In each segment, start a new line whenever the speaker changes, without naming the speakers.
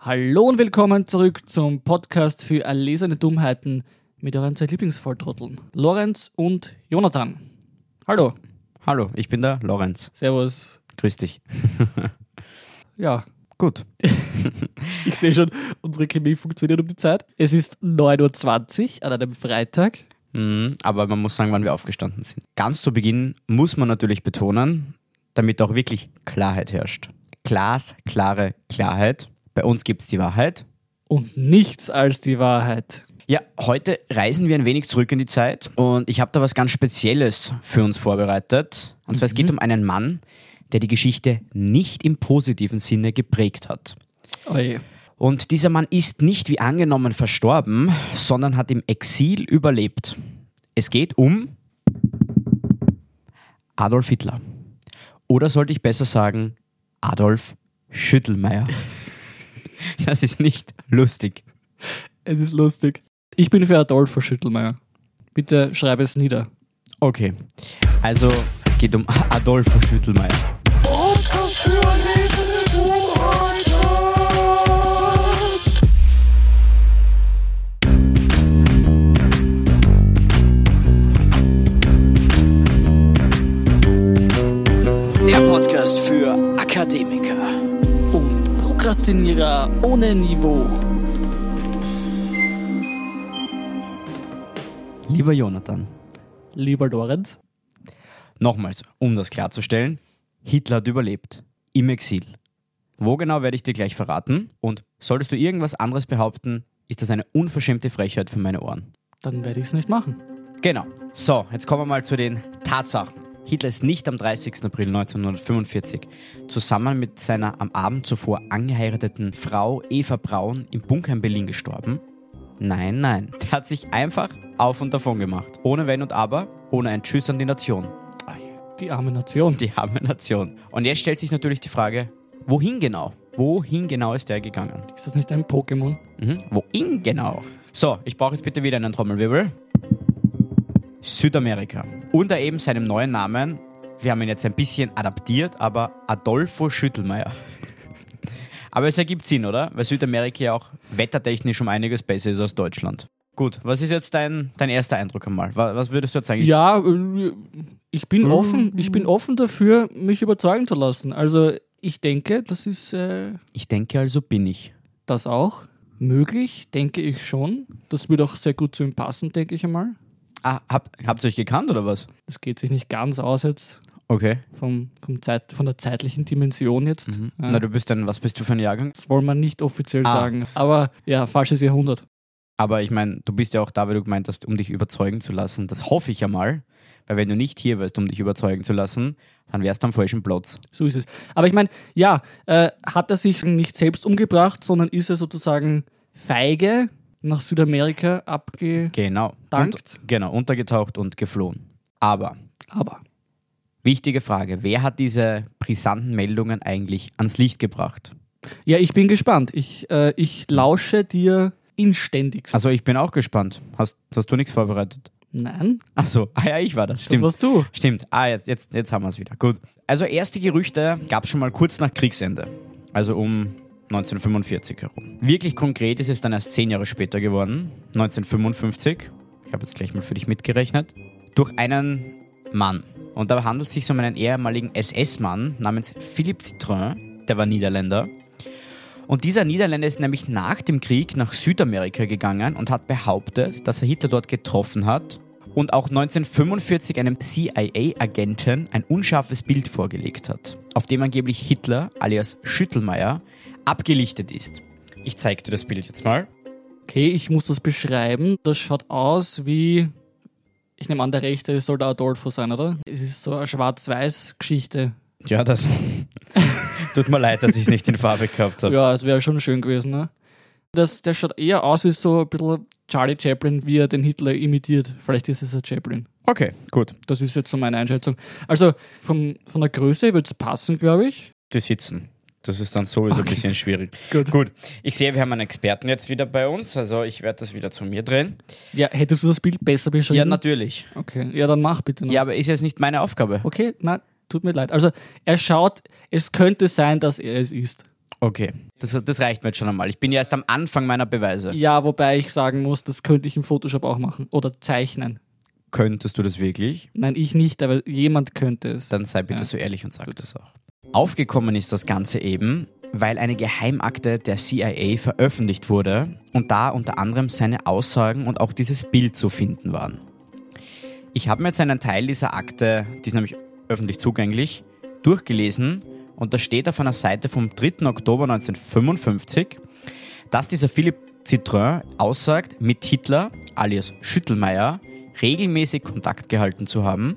Hallo und willkommen zurück zum Podcast für erlesene Dummheiten mit euren zwei Lieblingsvolltrotteln, Lorenz und Jonathan. Hallo,
Hallo, ich bin der Lorenz.
servus.
Grüß dich.
Ja,
Gut.
ich sehe schon, unsere Chemie funktioniert um die Zeit. Es ist 9.20 Uhr an einem Freitag.
Mhm, aber man muss sagen, wann wir aufgestanden sind. Ganz zu Beginn muss man natürlich betonen, damit auch wirklich Klarheit herrscht. Glasklare Klarheit. Bei uns gibt es die Wahrheit.
Und nichts als die Wahrheit.
Ja, heute reisen wir ein wenig zurück in die Zeit und ich habe da was ganz Spezielles für uns vorbereitet. Und zwar es geht um einen Mann, der die Geschichte nicht im positiven Sinne geprägt hat.
Oje.
Und dieser Mann ist nicht wie angenommen verstorben, sondern hat im Exil überlebt. Es geht um Adolf Hitler. Oder sollte ich besser sagen, Adolf Schüttelmeier. Das ist nicht lustig.
Es ist lustig. Ich bin für Adolfo Schüttelmeier. Bitte schreibe es nieder.
Okay, also es geht um Adolfo Schüttelmeier.
Der Podcast für Akademiker.
Und Prokrastinierer ohne Niveau.
Lieber Jonathan,
Lieber Lorenz,
nochmals, um das klarzustellen, Hitler hat überlebt. Im Exil. Wo genau werde ich dir gleich verraten. Und solltest du irgendwas anderes behaupten, ist das eine unverschämte Frechheit für meine Ohren.
dann werde ich es nicht machen.
Genau. So, jetzt kommen wir mal zu den Tatsachen. Hitler ist nicht am 30. April 1945 zusammen mit seiner am Abend zuvor angeheirateten Frau Eva Braun im Bunker in Berlin gestorben. Nein, nein. Der hat sich einfach auf und davon gemacht. Ohne Wenn und Aber, ohne ein Tschüss an die Nation.
Die arme Nation.
Die arme Nation. Und jetzt stellt sich natürlich die Frage, wohin genau? Wohin genau ist der gegangen?
Ist das nicht ein Pokémon?
Mhm. Wohin genau? So, ich brauche jetzt bitte wieder einen Trommelwirbel. Südamerika. Unter eben seinem neuen Namen, wir haben ihn jetzt ein bisschen adaptiert, aber Adolfo Schüttelmeier. Aber es ergibt Sinn, oder? Weil Südamerika ja auch wettertechnisch um einiges besser ist als Deutschland. Gut, was ist jetzt dein, dein erster Eindruck einmal? Wa- Was würdest du jetzt sagen?
Ja, äh, ich
Hm.
bin offen, ich bin offen dafür, mich überzeugen zu lassen. Also ich denke, das ist äh,
Ich denke, also bin ich.
das auch möglich, denke ich schon. Das wird auch sehr gut zu ihm passen, denke ich einmal.
Ah, hab, habt ihr euch gekannt oder was?
Das geht sich nicht ganz aus jetzt
Okay.
vom, vom Zeit, von der zeitlichen Dimension jetzt. Ja.
Mhm. Na, du bist dann, was bist du für ein Jahrgang?
das wollen wir nicht offiziell
Ah.
sagen. Aber ja, falsches Jahrhundert.
Aber ich meine, du bist ja auch da, weil du gemeint hast, um dich überzeugen zu lassen. Das hoffe ich ja mal. Weil wenn du nicht hier wärst, um dich überzeugen zu lassen, dann wärst du am falschen Platz.
So ist es. Aber ich meine, ja, äh, hat er sich nicht selbst umgebracht, sondern ist er sozusagen feige nach Südamerika abge...
Genau.
Dankt.
Und, genau, untergetaucht und geflohen. Aber,
Aber
wichtige Frage, wer hat diese brisanten Meldungen eigentlich ans Licht gebracht?
Ja, ich bin gespannt. Ich, äh, ich lausche dir inständigst.
Also ich bin auch gespannt. Hast, hast du nichts vorbereitet?
Nein,
Achso, ah ja, ich war das.
das
Stimmt.
warst du.
Stimmt. Ah, jetzt, jetzt, jetzt haben wir es wieder. Gut. Also erste Gerüchte gab es schon mal kurz nach Kriegsende. Also um 1945 herum. Wirklich konkret ist es dann erst zehn Jahre später geworden. 1955. Ich habe jetzt gleich mal für dich mitgerechnet. Durch einen Mann. Und da handelt es sich um einen ehemaligen SS-Mann namens Philipp Citroën. Der war Niederländer. Und dieser Niederländer ist nämlich nach dem Krieg nach Südamerika gegangen und hat behauptet, dass er Hitler dort getroffen hat und auch 1945 einem CIA-Agenten ein unscharfes Bild vorgelegt hat, auf dem angeblich Hitler alias Schüttelmeier abgelichtet ist. Ich zeig dir das Bild jetzt mal.
Okay, ich muss das beschreiben. Das schaut aus wie... Ich nehme an, der rechte soll der Adolfo sein, oder? Es ist so eine Schwarz-Weiß-Geschichte.
Ja, das tut mir leid, dass ich es nicht in Farbe gehabt habe.
Ja, es wäre schon schön gewesen, ne? Das, der schaut eher aus wie so ein bisschen Charlie Chaplin, wie er den Hitler imitiert. Vielleicht ist es ein Chaplin.
Okay, gut.
Das ist jetzt so meine Einschätzung. Also vom, von der Größe wird es passen, glaube ich.
Die sitzen. Das ist dann sowieso ein bisschen schwierig.
Gut.
Gut, ich sehe, wir haben einen Experten jetzt wieder bei uns, also ich werde das wieder zu mir drehen.
Ja, hättest du das Bild besser beschrieben?
Ja, natürlich.
Okay, ja, dann mach bitte noch.
Ja, aber ist jetzt nicht meine Aufgabe.
Okay, na, tut mir leid. Also, er schaut, es könnte sein, dass er es ist.
Okay. Das, das reicht mir jetzt schon einmal. Ich bin ja erst am Anfang meiner Beweise.
Ja, wobei ich sagen muss, das könnte ich im Photoshop auch machen oder zeichnen.
Könntest du das wirklich?
Nein, ich nicht, aber jemand könnte es.
Dann sei bitte
Ja.
so ehrlich und sag das auch. Aufgekommen ist das Ganze eben, weil eine Geheimakte der CIA veröffentlicht wurde und da unter anderem seine Aussagen und auch dieses Bild zu finden waren. Ich habe mir jetzt einen Teil dieser Akte, die ist nämlich öffentlich zugänglich, durchgelesen und da steht auf einer Seite vom 3. Oktober 1955, dass dieser Philipp Citrin aussagt, mit Hitler, alias Schüttelmeier, regelmäßig Kontakt gehalten zu haben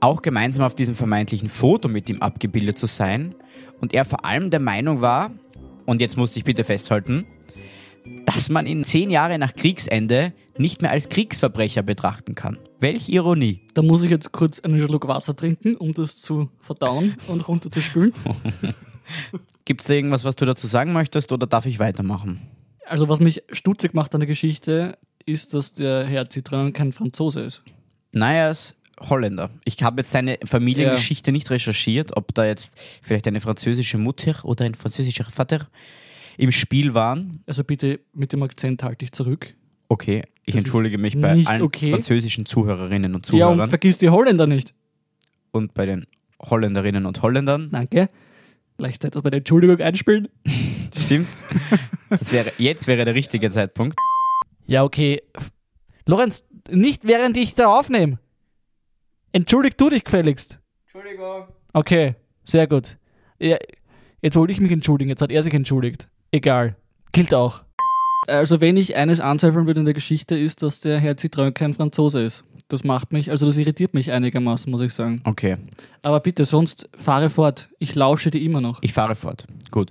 auch gemeinsam auf diesem vermeintlichen Foto mit ihm abgebildet zu sein und er vor allem der Meinung war, und jetzt musste ich bitte festhalten, dass man ihn zehn Jahre nach Kriegsende nicht mehr als Kriegsverbrecher betrachten kann. Welch Ironie.
Da muss ich jetzt kurz einen Schluck Wasser trinken, um das zu verdauen und runterzuspülen.
Gibt es irgendwas, was du dazu sagen möchtest oder darf ich weitermachen?
Also was mich stutzig macht an der Geschichte, ist, dass der Herr Citron kein Franzose ist.
Naja, er ist Holländer. Ich habe jetzt seine Familiengeschichte nicht recherchiert, ob da jetzt vielleicht eine französische Mutter oder ein französischer Vater im Spiel waren.
Also bitte mit dem Akzent halte ich zurück.
Okay, ich
Das
entschuldige
ist
mich bei
nicht
allen
okay.
französischen Zuhörerinnen und
Ja,
Zuhörern
und vergiss die Holländer nicht.
und bei den Holländerinnen und Holländern.
Danke. Vielleicht sollte das bei der Entschuldigung einspielen.
Stimmt. Das wäre, jetzt wäre der richtige Zeitpunkt.
Ja, okay. Lorenz, nicht während ich da aufnehme. Entschuldig du dich gefälligst.
Entschuldigung.
Okay, sehr gut. Ja, jetzt wollte ich mich entschuldigen, jetzt hat er sich entschuldigt. Egal, gilt auch. Also wenn ich eines anzweifeln würde in der Geschichte ist, dass der Herr Citron kein Franzose ist. Das macht mich, also das irritiert mich einigermaßen, muss ich sagen.
Okay,
Aber bitte, sonst fahre fort. Ich lausche dir immer noch.
ich fahre fort. Gut.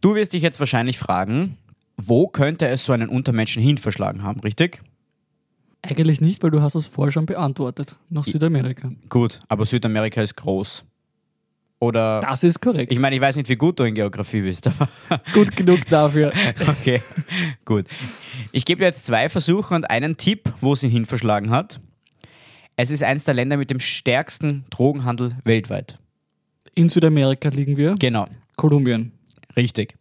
Du wirst dich jetzt wahrscheinlich fragen, wo könnte es so einen Untermenschen hin verschlagen haben, richtig?
Eigentlich nicht, weil du hast es vorher schon beantwortet. Nach Südamerika.
Gut, aber Südamerika ist groß. Oder,
Das ist korrekt.
ich meine, ich weiß nicht, wie gut du in Geografie bist, aber
Gut genug dafür.
Okay, gut. Ich gebe dir jetzt zwei Versuche und einen Tipp, wo es ihn hinverschlagen hat. Es ist eins der Länder mit dem stärksten Drogenhandel weltweit.
In Südamerika liegen wir.
Genau,
Kolumbien.
richtig.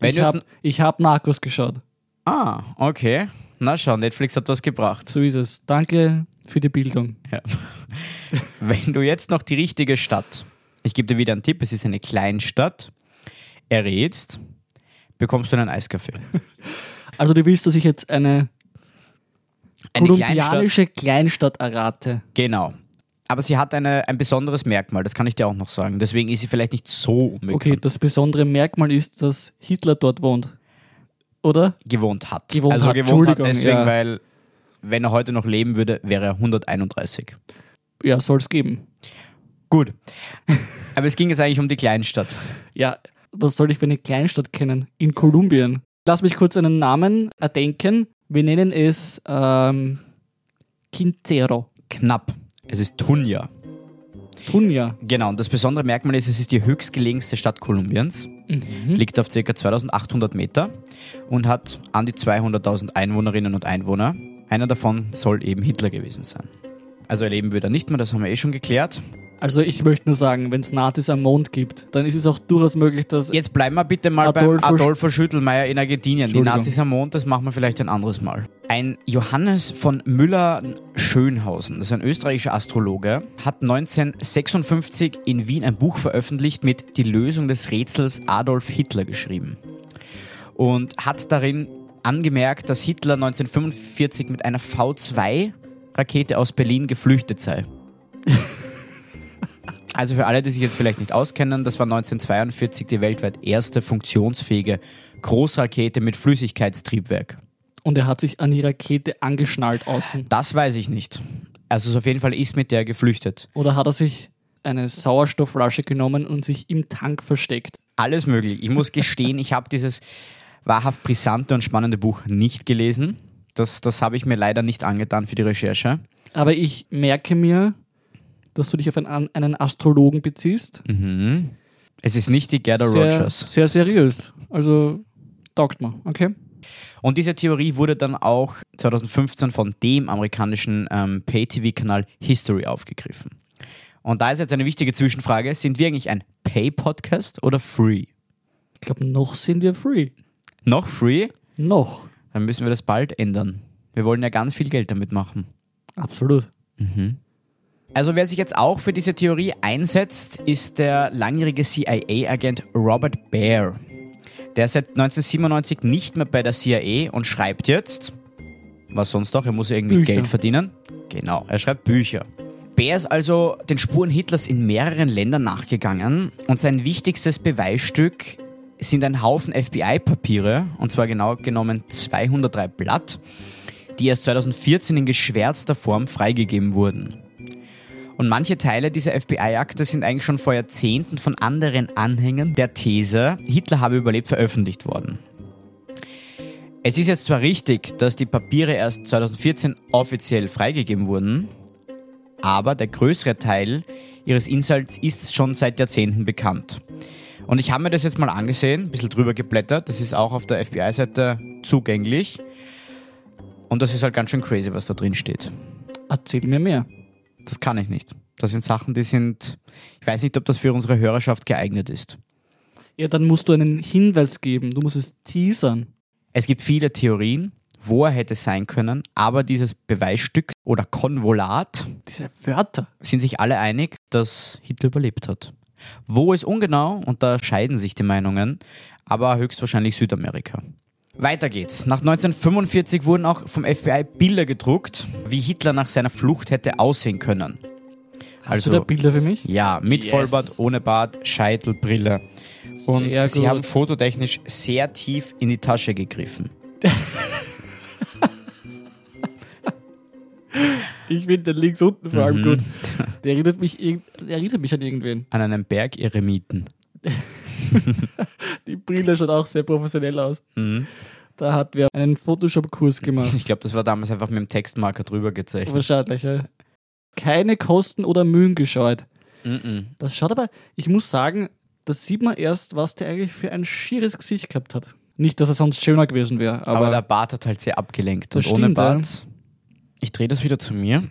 Wenn
ich
du jetzt
habe hab Narcos geschaut.
n- ah, okay. Na schau, Netflix hat was gebracht.
So ist es. Danke für die Bildung.
Ja. Wenn du jetzt noch die richtige Stadt, ich gebe dir wieder einen Tipp, es ist eine Kleinstadt, errätst, bekommst du einen Eiskaffee.
Also du willst, dass ich jetzt eine,
Eine
kolumbianische Kleinstadt errate.
Genau. Aber sie hat eine, ein besonderes Merkmal, das kann ich dir auch noch sagen. Deswegen ist sie vielleicht nicht so
Okay,
bekannt
das besondere Merkmal ist, dass Hitler dort wohnt. Oder?
gewohnt hat.
Gewohnt
also
hat,
gewohnt hat
Entschuldigung,
deswegen,
ja.
weil wenn er heute noch leben würde, wäre er 131.
Ja, soll es geben.
Gut. Aber es ging jetzt eigentlich um die Kleinstadt.
Ja, was soll ich für eine Kleinstadt kennen? In Kolumbien. Lass mich kurz einen Namen erdenken. Wir nennen es ähm, Quincero.
Knapp. Es ist Tunja.
Tunja.
Genau, und das besondere Merkmal ist, es ist die höchstgelegenste Stadt Kolumbiens,
Mhm.
liegt auf ca. 2800 Meter und hat an die 200.000 Einwohnerinnen und Einwohner. Einer davon soll eben Hitler gewesen sein. Also erleben würde er nicht mehr, das haben wir eh schon geklärt.
Also ich möchte nur sagen, wenn es Nazis am Mond gibt, dann ist es auch durchaus möglich, dass...
Jetzt bleiben wir bitte mal
Adolfo
beim
Sch-
Adolfo Schüttelmeier in Argentinien. Die
Entschuldigung.
Nazis am Mond, das machen wir vielleicht ein anderes Mal. Ein Johannes von Müller-Schönhausen, das ist ein österreichischer Astrologe, hat 1956 in Wien ein Buch veröffentlicht mit Die Lösung des Rätsels Adolf Hitler geschrieben. Und hat darin angemerkt, dass Hitler 1945 mit einer V2-Rakete aus Berlin geflüchtet sei. Also für alle, die sich jetzt vielleicht nicht auskennen, das war 1942 die weltweit erste funktionsfähige Großrakete mit Flüssigkeitstriebwerk.
Und er hat sich an die Rakete angeschnallt außen.
Das weiß ich nicht. Also es auf jeden Fall ist mit der geflüchtet.
Oder hat er sich eine Sauerstoffflasche genommen und sich im Tank versteckt?
Alles möglich. Ich muss gestehen, ich habe dieses wahrhaft brisante und spannende Buch nicht gelesen. Das, das habe ich mir leider nicht angetan für die Recherche.
Aber ich merke mir, dass du dich auf einen, einen Astrologen beziehst.
Mhm. Es ist nicht die Gerda
Sehr,
Rogers.
sehr seriös. Also taugt man, okay?
Und diese Theorie wurde dann auch 2015 von dem amerikanischen ähm, Pay-TV-Kanal History aufgegriffen. Und da ist jetzt eine wichtige Zwischenfrage: Sind wir eigentlich ein Pay-Podcast oder Free?
glaube, noch sind wir free.
Noch free?
Noch.
Dann müssen wir das bald ändern. Wir wollen ja ganz viel Geld damit machen.
Absolut.
Also wer sich jetzt auch für diese Theorie einsetzt, ist der langjährige CIA-Agent Robert Baer. Der ist seit 1997 nicht mehr bei der CIA und schreibt jetzt, was sonst doch, er muss ja irgendwie
Bücher.
Geld verdienen. Genau, er schreibt Bücher. Baer ist also den Spuren Hitlers in mehreren Ländern nachgegangen und sein wichtigstes Beweisstück sind ein Haufen FBI-Papiere, und zwar genau genommen 203 Blatt, die erst 2014 in geschwärzter Form freigegeben wurden. Und manche Teile dieser FBI-Akte sind eigentlich schon vor Jahrzehnten von anderen Anhängern der These, Hitler habe überlebt, veröffentlicht worden. Es ist jetzt zwar richtig, dass die Papiere erst 2014 offiziell freigegeben wurden, aber der größere Teil ihres Inhalts ist schon seit Jahrzehnten bekannt. Und ich habe mir das jetzt mal angesehen, ein bisschen drüber geblättert, das ist auch auf der FBI-Seite zugänglich. Und das ist halt ganz schön crazy, was da drin steht.
Erzähl mir mehr.
Das kann ich nicht. Das sind Sachen, die sind. Ich weiß nicht, ob das für unsere Hörerschaft geeignet ist.
Ja, dann musst du einen Hinweis geben. Du musst es teasern.
Es gibt viele Theorien, wo er hätte sein können, aber dieses Beweisstück oder Konvolat
Diese Wörter.
sind sich alle einig, dass Hitler überlebt hat. Wo ist ungenau? Und da scheiden sich die Meinungen, aber höchstwahrscheinlich Südamerika. Weiter geht's. Nach 1945 wurden auch vom FBI Bilder gedruckt, wie Hitler nach seiner Flucht hätte aussehen können.
Hast du da Bilder für mich?
Ja, mit
Yes.
Vollbart, ohne Bart, Scheitelbrille. Und
Sehr
sie
gut.
haben fototechnisch sehr tief in die Tasche gegriffen.
Ich finde den links unten vor allem gut. Der erinnert mich, irgend- der erinnert mich an irgendwen.
An einem Berg Eremiten.
Die Brille schaut auch sehr professionell aus.
Mhm.
Da hat wer einen Photoshop-Kurs gemacht.
Ich glaube, das war damals einfach mit dem Textmarker drüber gezeichnet.
Wahrscheinlich, ja. Keine Kosten oder Mühen gescheut.
Mhm.
Das schaut aber, ich muss sagen, das sieht man erst, was der eigentlich für ein schieres Gesicht gehabt hat. Nicht, dass er sonst schöner gewesen wäre,
Aber,
aber,
der Bart hat halt sehr abgelenkt. Und
Das
ohne
stimmt, ja.
Bart. Ich drehe das wieder zu mir.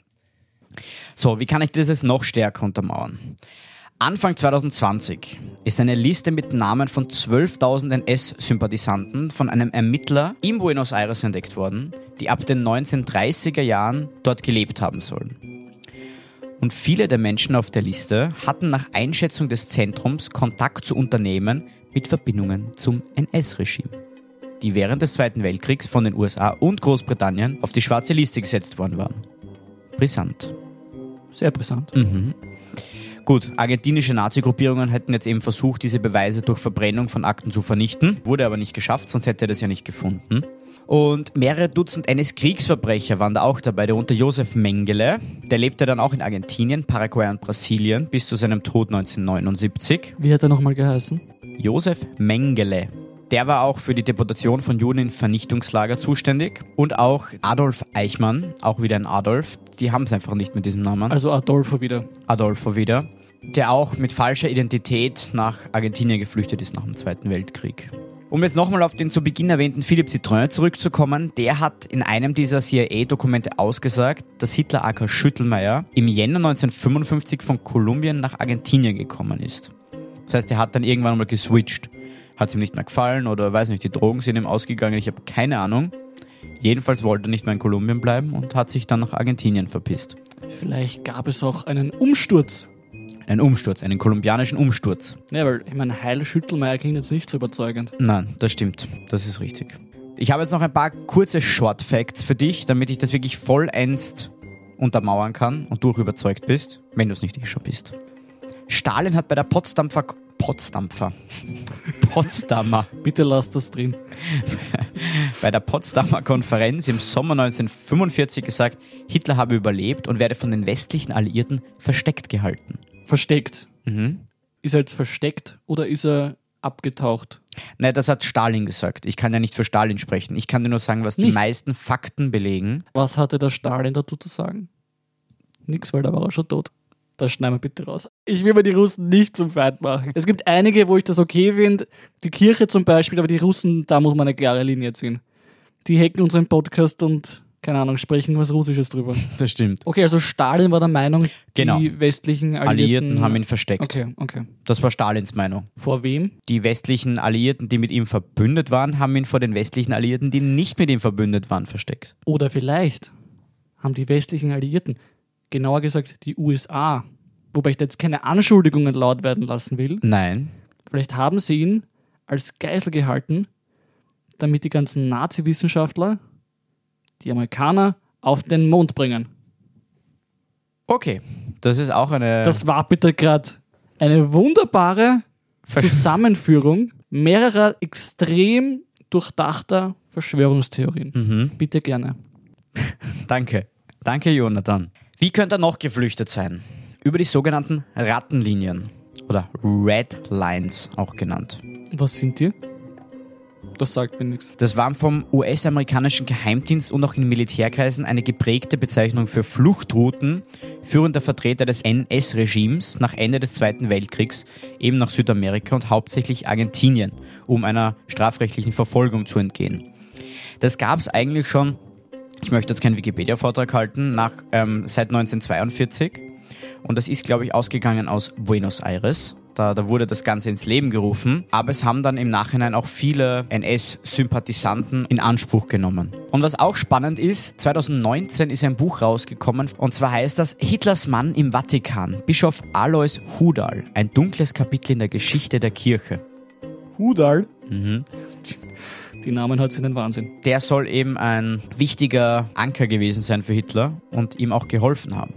So, wie kann ich das jetzt noch stärker untermauern? Anfang 2020 ist eine Liste mit Namen von 12.000 NS-Sympathisanten von einem Ermittler in Buenos Aires entdeckt worden, die ab den 1930er Jahren dort gelebt haben sollen. Und viele der Menschen auf der Liste hatten nach Einschätzung des Zentrums Kontakt zu Unternehmen mit Verbindungen zum NS-Regime die während des Zweiten Weltkriegs von den USA und Großbritannien auf die schwarze Liste gesetzt worden waren. Brisant.
sehr brisant.
Gut, argentinische Nazi-Gruppierungen hätten jetzt eben versucht, diese Beweise durch Verbrennung von Akten zu vernichten, wurde aber nicht geschafft, sonst hätte er das ja nicht gefunden. Und mehrere Dutzend NS-Kriegsverbrecher waren da auch dabei, darunter Josef Mengele. Der lebte dann auch in Argentinien, Paraguay und Brasilien bis zu seinem Tod 1979.
Wie hat er nochmal geheißen?
Josef Mengele. Der war auch für die Deportation von Juden in Vernichtungslager zuständig. Und auch Adolf Eichmann, auch wieder ein Adolf. Die haben es einfach nicht mit diesem Namen.
Also Adolfo wieder.
Adolfo wieder. Der auch mit falscher Identität nach Argentinien geflüchtet ist nach dem Zweiten Weltkrieg. Um jetzt nochmal auf den zu Beginn erwähnten Philipp Citroën zurückzukommen, der hat in einem dieser CIA-Dokumente ausgesagt, dass Hitler AK Schüttelmeier im Jänner 1955 von Kolumbien nach Argentinien gekommen ist. Das heißt, er hat dann irgendwann mal geswitcht. Hat es ihm nicht mehr gefallen oder weiß nicht, die Drogen sind ihm ausgegangen, ich habe keine Ahnung. Jedenfalls wollte er nicht mehr in Kolumbien bleiben und hat sich dann nach Argentinien verpisst.
Vielleicht gab es auch einen Umsturz.
Einen Umsturz, einen kolumbianischen Umsturz.
Ja, weil ich meine, Heil Schüttelmeier klingt jetzt nicht so überzeugend.
Nein, das stimmt. Das ist richtig. Ich habe jetzt noch ein paar kurze Short Facts für dich, damit ich das wirklich vollends untermauern kann und du auch überzeugt bist, wenn du es nicht eh schon bist. Stalin hat bei der Potsdamfer... Potsdamfer... Potsdamer...
Bitte lass das drin.
bei der Potsdamer Konferenz im Sommer 1945 gesagt, Hitler habe überlebt und werde von den westlichen Alliierten versteckt gehalten.
Versteckt.
Mhm.
Ist er jetzt versteckt oder ist er abgetaucht?
Naja, das hat Stalin gesagt. Ich kann ja nicht für Stalin sprechen. Ich kann dir nur sagen, was die
Nicht.
meisten Fakten belegen.
Was hatte der Stalin dazu zu sagen? Nix, weil da war er schon tot. Das schneiden wir bitte raus. Ich will mir die Russen nicht zum Feind machen. Es gibt einige, wo ich das okay finde. Die Kirche zum Beispiel, aber die Russen, da muss man eine klare Linie ziehen. Die hacken unseren Podcast und keine Ahnung, sprechen was Russisches drüber.
Das stimmt.
Okay, also Stalin war der Meinung,
Genau.
die westlichen Alliierten,
Alliierten haben ihn versteckt.
Okay, okay.
Das war Stalins Meinung.
Vor wem?
Die westlichen Alliierten, die mit ihm verbündet waren, haben ihn vor den westlichen Alliierten, die nicht mit ihm verbündet waren, versteckt.
Oder vielleicht haben die westlichen Alliierten, genauer gesagt die USA, wobei ich da jetzt keine Anschuldigungen laut werden lassen will,
Nein.
vielleicht haben sie ihn als Geisel gehalten, damit die ganzen Nazi-Wissenschaftler die Amerikaner auf den Mond bringen.
Okay. Das ist auch eine
Das war bitte gerade eine wunderbare
Versch-
Zusammenführung mehrerer extrem durchdachter Verschwörungstheorien.
mhm.
Bitte gerne.
Danke. Danke, Jonathan. Wie könnte er noch geflüchtet sein? Über die sogenannten Rattenlinien oder Red Lines auch genannt.
Was sind die? Das sagt mir nichts.
Das waren vom US-amerikanischen Geheimdienst und auch in Militärkreisen eine geprägte Bezeichnung für Fluchtrouten führender Vertreter des NS-Regimes nach Ende des Zweiten Weltkriegs eben nach Südamerika und hauptsächlich Argentinien, um einer strafrechtlichen Verfolgung zu entgehen. Das gab es eigentlich schon, ich möchte jetzt keinen Wikipedia-Vortrag halten, nach, ähm, seit 1942. Und das ist, glaube ich, ausgegangen aus Buenos Aires. Da, da wurde das Ganze ins Leben gerufen. Aber es haben dann im Nachhinein auch viele NS-Sympathisanten in Anspruch genommen. Und was auch spannend ist, 2019 ist ein Buch rausgekommen. Und zwar heißt das Hitlers Mann im Vatikan. Bischof Alois Hudal. Ein dunkles Kapitel in der Geschichte der Kirche. Mhm.
Hudal? Die Namen hat sie den Wahnsinn.
Der soll eben ein wichtiger Anker gewesen sein für Hitler und ihm auch geholfen haben.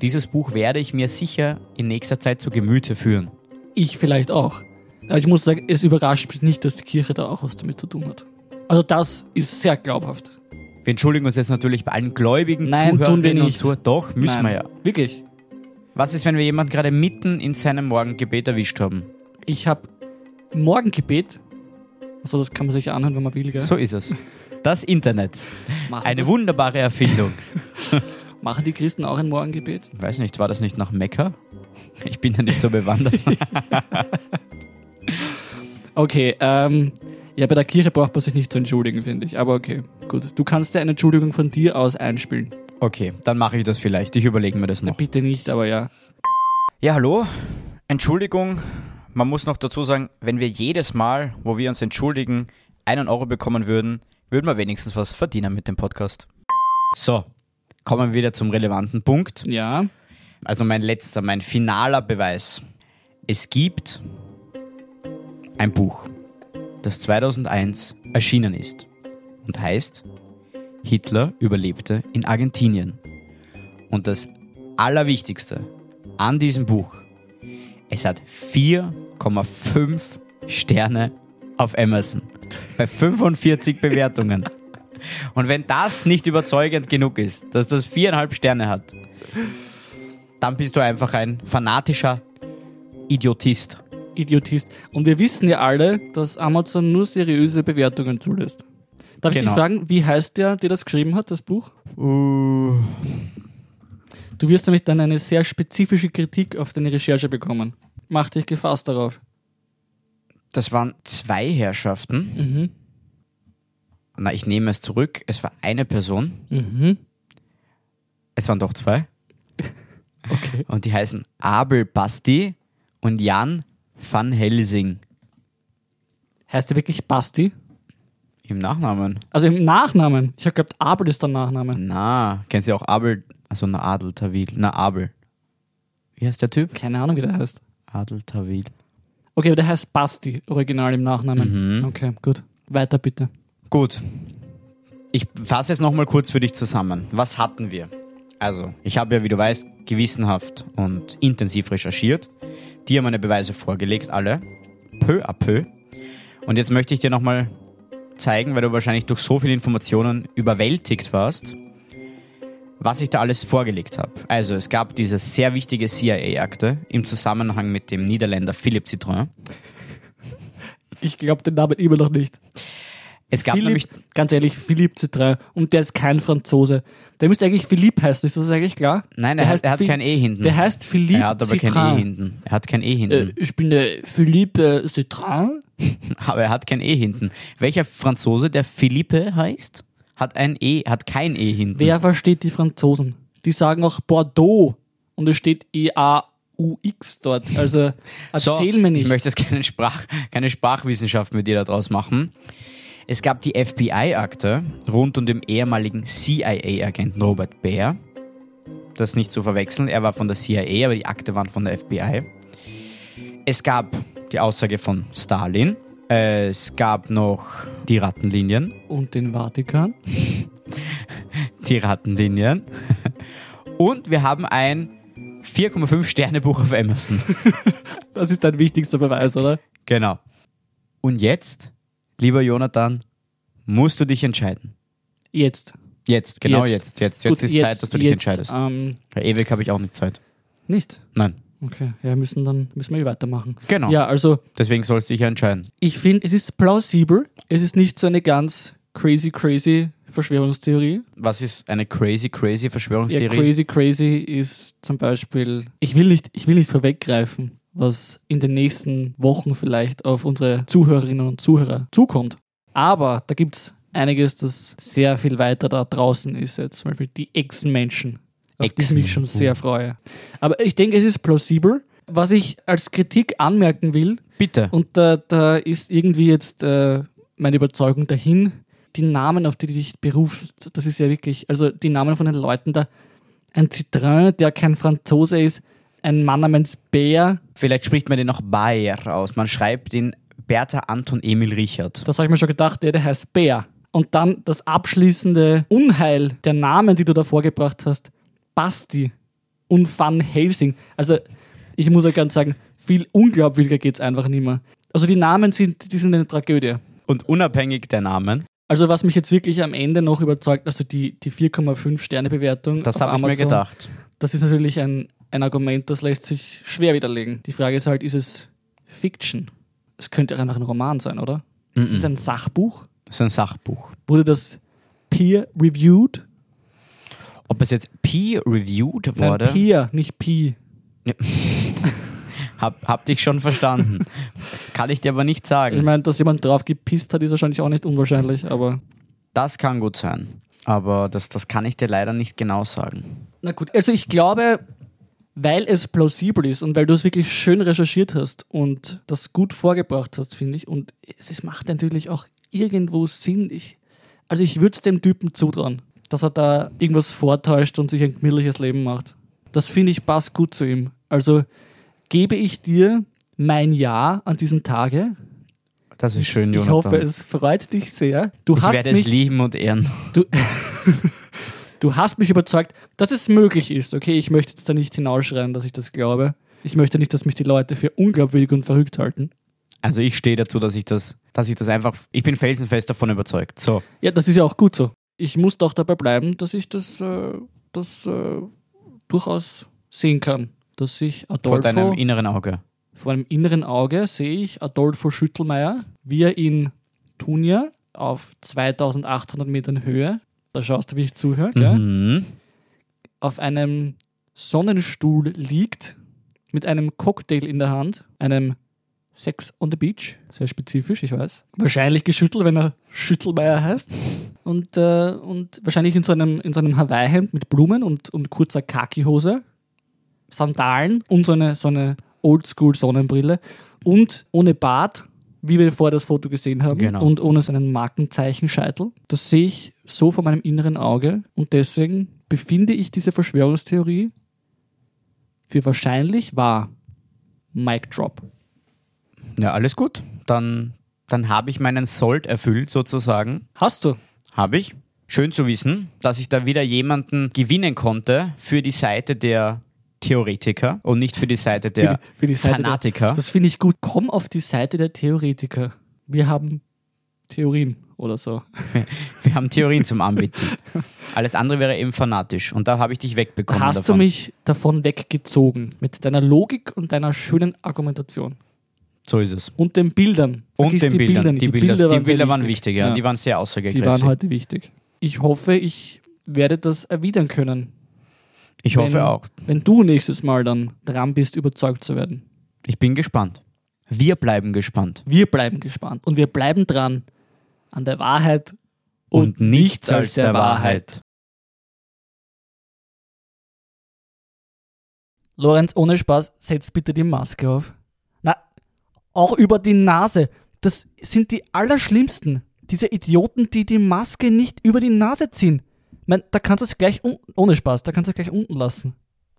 Dieses Buch werde ich mir sicher in nächster Zeit zu Gemüte führen.
Ich vielleicht auch. Aber ich muss sagen, es überrascht mich nicht, dass die Kirche da auch was damit zu tun hat. Also das ist sehr glaubhaft.
Wir entschuldigen uns jetzt natürlich bei allen gläubigen
Nein, tun
Zuhörerinnen
wir
und
nicht.
Zuhörern. Doch, müssen
Nein.
wir ja.
Wirklich.
Was ist, wenn wir jemanden gerade mitten in seinem Morgengebet erwischt haben?
Ich habe Morgengebet. Also das kann man sich anhören, wenn man will. Gell?
So ist es. Das Internet.
machen,
Eine
das-
wunderbare Erfindung.
machen die Christen auch ein Morgengebet?
Ich weiß nicht, war das nicht nach Mekka? Ich bin ja nicht so bewandert.
Okay, ähm, ja, bei der Kirche braucht man sich nicht zu entschuldigen, finde ich. Aber okay, gut. Du kannst dir eine Entschuldigung von dir aus einspielen.
Okay, dann mache ich das vielleicht. Ich überlege mir das noch.
Bitte nicht, aber ja.
Ja, hallo. Entschuldigung. Man muss noch dazu sagen, wenn wir jedes Mal, wo wir uns entschuldigen, einen Euro bekommen würden, würden wir wenigstens was verdienen mit dem Podcast. So, kommen wir wieder zum relevanten Punkt.
Ja,
Also mein letzter, mein finaler Beweis. Es gibt ein Buch, das 2001 erschienen ist und heißt Hitler überlebte in Argentinien. Und das Allerwichtigste an diesem Buch, es hat 4,5 Sterne auf Amazon bei 45 Bewertungen. Und wenn das nicht überzeugend genug ist, dass das viereinhalb Sterne hat, dann bist du einfach ein fanatischer Idiotist.
Idiotist. Und wir wissen ja alle, dass Amazon nur seriöse Bewertungen zulässt. Darf ich
Genau.
dich fragen, wie heißt der, der das geschrieben hat, das Buch?
Uh.
Du wirst nämlich dann eine sehr spezifische Kritik auf deine Recherche bekommen. Mach dich gefasst darauf.
Das waren zwei Herrschaften.
Mhm.
Na, ich nehme es zurück. Es war eine Person.
Mhm.
Es waren doch zwei. Okay. Und die heißen Abel Basti und Jan van Helsing
Heißt der wirklich Basti?
im Nachnamen.
Also im Nachnamen. Ich habe gehabt, Abel ist der Nachname.
Na, kennst du auch Abel? Also na Adel Tawil. Na Abel. Wie heißt der Typ?
Keine Ahnung, wie der heißt.
Adel Tawil.
Okay, aber der heißt Basti, original im Nachnamen. Okay, gut. Weiter bitte.
Gut. Ich fasse jetzt nochmal kurz für dich zusammen. Was hatten wir? Also, ich habe ja, wie du weißt, gewissenhaft und intensiv recherchiert. Dir meine Beweise vorgelegt, alle. Peu à peu. Und jetzt möchte ich dir nochmal zeigen, weil du wahrscheinlich durch so viele Informationen überwältigt warst, was ich da alles vorgelegt habe. Also, es gab diese sehr wichtige CIA-Akte im Zusammenhang mit dem Niederländer Philipp Citroën.
Ich glaube den Namen immer noch nicht.
Es gab nämlich
Philipp, ganz ehrlich, Philipp C3. Und der ist kein Franzose. Der müsste eigentlich Philipp heißen, ist das eigentlich klar?
Nein,
der
er hat, er hat
Phil-
kein E hinten.
Der heißt Philippe
Er hat aber kein E
Citrin.
hinten. Er hat kein E
Äh,
hinten.
ich bin der Philippe äh, Citrin.
Aber er hat kein E hinten. Welcher Franzose, der Philippe heißt, hat ein E, hat kein E hinten.
Wer versteht die Franzosen? Die sagen auch Bordeaux und es steht E E-A-U-X dort. Also
So,
erzähl mir nicht.
Ich möchte jetzt keine, Sprach, keine Sprachwissenschaft mit dir daraus machen. Es gab die FBI-Akte rund um den ehemaligen CIA-Agenten Robert Baer. Das nicht zu verwechseln. Er war von der CIA, aber die Akte waren von der FBI. Es gab die Aussage von Stalin. Äh, Es gab noch die Rattenlinien.
und den Vatikan?
Die Rattenlinien. Und wir haben ein 4,5 Sterne Buch auf Amazon.
Das ist dein wichtigster Beweis, oder?
Genau. Und jetzt, lieber Jonathan, musst du dich entscheiden.
Jetzt.
Jetzt, genau
Jetzt.
jetzt. Jetzt, jetzt,
Gut,
ist Zeit, dass du dich
jetzt,
entscheidest.
Ähm,
Bei Ewig habe ich auch nicht Zeit.
nicht.
Nein.
Okay, ja, müssen dann müssen wir eh weitermachen.
Genau.
Ja, also
Deswegen sollst du dich ja entscheiden.
ich finde, es ist plausibel. Es ist nicht so eine ganz crazy, crazy Verschwörungstheorie.
Was ist eine crazy, crazy
Ja,
Verschwörungstheorie?
crazy, crazy ist zum Beispiel, ich will nicht, ich will nicht vorweggreifen, was in den nächsten Wochen vielleicht auf unsere Zuhörerinnen und Zuhörer zukommt. Aber da gibt es einiges, das sehr viel weiter da draußen ist jetzt. Zum Beispiel die Echsenmenschen, auf die ich
Echsen.
mich schon sehr freue. Aber ich denke, es ist plausibel. Was ich als Kritik anmerken will,
Bitte.
und da, da ist irgendwie jetzt äh, meine Überzeugung dahin, die Namen, auf die du dich berufst, das ist ja wirklich, also die Namen von den Leuten da, ein Citrin, der kein Franzose ist, ein Mann namens Bär,
Vielleicht spricht man den noch Bayer aus. Man schreibt den Bertha Anton Emil Richard.
das habe ich mir schon gedacht, ja, der heißt Bär. Und dann das abschließende Unheil der Namen, die du da vorgebracht hast, Basti und Van Helsing. Also ich muss ja ganz sagen, viel unglaubwürdiger geht es einfach nicht mehr. Also die Namen sind, die sind eine Tragödie.
Und unabhängig der Namen,
Also was mich jetzt wirklich am Ende noch überzeugt, also die, die 4,5 Sterne Bewertung.
das
auf
habe ich mir
Amazon,
gedacht.
Das ist natürlich ein, ein Argument, das lässt sich schwer widerlegen. Die Frage ist halt, ist es Fiction? Es könnte auch einfach ein Roman sein, oder?
Mhm.
Ist es ein Sachbuch?
Das ist ein Sachbuch.
Wurde das peer-reviewed?
Ob es jetzt peer-reviewed
Nein,
wurde,
Peer, nicht Pi.
hab, hab dich schon verstanden. Kann ich dir aber nicht sagen.
Ich meine, dass jemand drauf gepisst hat, ist wahrscheinlich auch nicht unwahrscheinlich, aber...
Das kann gut sein. Aber das, das kann ich dir leider nicht genau sagen.
Na gut, also ich glaube, weil es plausibel ist und weil du es wirklich schön recherchiert hast und das gut vorgebracht hast, finde ich. Und es ist- macht natürlich auch irgendwo Sinn. Ich, also ich würde es dem Typen zutrauen, dass er da irgendwas vortäuscht und sich ein gemütliches Leben macht. Das finde ich passt gut zu ihm. Also gebe ich dir mein Ja an diesem Tage.
Das ist schön,
Ich
Jonathan.
hoffe, es freut dich sehr. Du
ich
hast
werde
mich
es lieben und ehren.
Du, du hast mich überzeugt, dass es möglich ist. Okay, ich möchte jetzt da nicht hinausschreien, dass ich das glaube. Ich möchte nicht, dass mich die Leute für unglaubwürdig und verrückt halten.
Also ich stehe dazu, dass ich das, dass ich das einfach. Ich bin felsenfest davon überzeugt. So.
Ja, das ist ja auch gut so. Ich muss doch dabei bleiben, dass ich das, äh, das äh, durchaus sehen kann. Dass ich
Vor
Adolfo,
deinem inneren Auge.
vor meinem inneren Auge sehe ich Adolfo Schüttelmeier, wie er in Tunja auf 2800 Metern Höhe, da schaust du, wie ich zuhöre, gell?
Mhm.
auf einem Sonnenstuhl liegt, mit einem Cocktail in der Hand, einem Sex on the Beach, sehr spezifisch, ich weiß. Wahrscheinlich geschüttelt, wenn er Schüttelmeier heißt. Und, äh, und wahrscheinlich in so einem, in so einem Hawaii-Hemd mit Blumen und, und kurzer Khaki-Hose, Sandalen und so eine, so eine Oldschool-Sonnenbrille und ohne Bart, wie wir vorher das Foto gesehen haben,
Genau.
und ohne seinen Markenzeichenscheitel. Das sehe ich so vor meinem inneren Auge und deswegen befinde ich diese Verschwörungstheorie für wahrscheinlich wahr. Mic Drop.
Ja, alles gut. Dann, dann habe ich meinen Sold erfüllt, sozusagen.
Hast du?
Habe ich. Schön zu wissen, dass ich da wieder jemanden gewinnen konnte für die Seite der Theoretiker und nicht für die Seite der
die- für die Seite der-
Fanatiker.
Das finde ich gut. Komm auf die Seite der Theoretiker. Wir haben Theorien oder so.
Wir haben Theorien zum Anbieten. Alles andere wäre eben fanatisch. Und da habe ich dich wegbekommen.
Hast
davon.
du mich davon weggezogen mit deiner Logik und deiner schönen Argumentation
So ist es.
und den Bildern.
Und
Vergiss
den Bildern. Die, Bilder, die
sehr
Bilder waren wichtig, ja. Die waren halt sehr
Die
aussagekräftig.
waren heute wichtig. Ich hoffe, ich werde das erwidern können.
ich hoffe
wenn,
auch.
Wenn du nächstes Mal dann dran bist, überzeugt zu werden.
Ich bin gespannt. Wir bleiben gespannt.
Wir bleiben gespannt und wir bleiben dran an der Wahrheit
und nichts als der Wahrheit.
Lorenz, ohne Spaß, setz bitte die Maske auf. Na, auch über die Nase. Das sind die Allerschlimmsten. Diese Idioten, die die Maske nicht über die Nase ziehen. Ich mein, da kannst du es gleich un ohne Spaß, da kannst du es gleich unten lassen.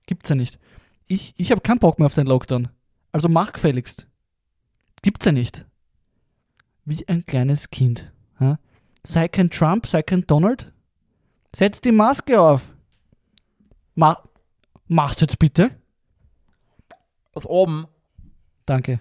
Gibt's ja nicht. Ich, ich habe keinen Bock mehr auf den Lockdown. Also mach gefälligst. Gibt's ja nicht. Wie ein kleines Kind. hä? Sei kein Trump, sei kein Donald. Setz die Maske auf. Ma mach's jetzt bitte.
Auf oben.
Danke.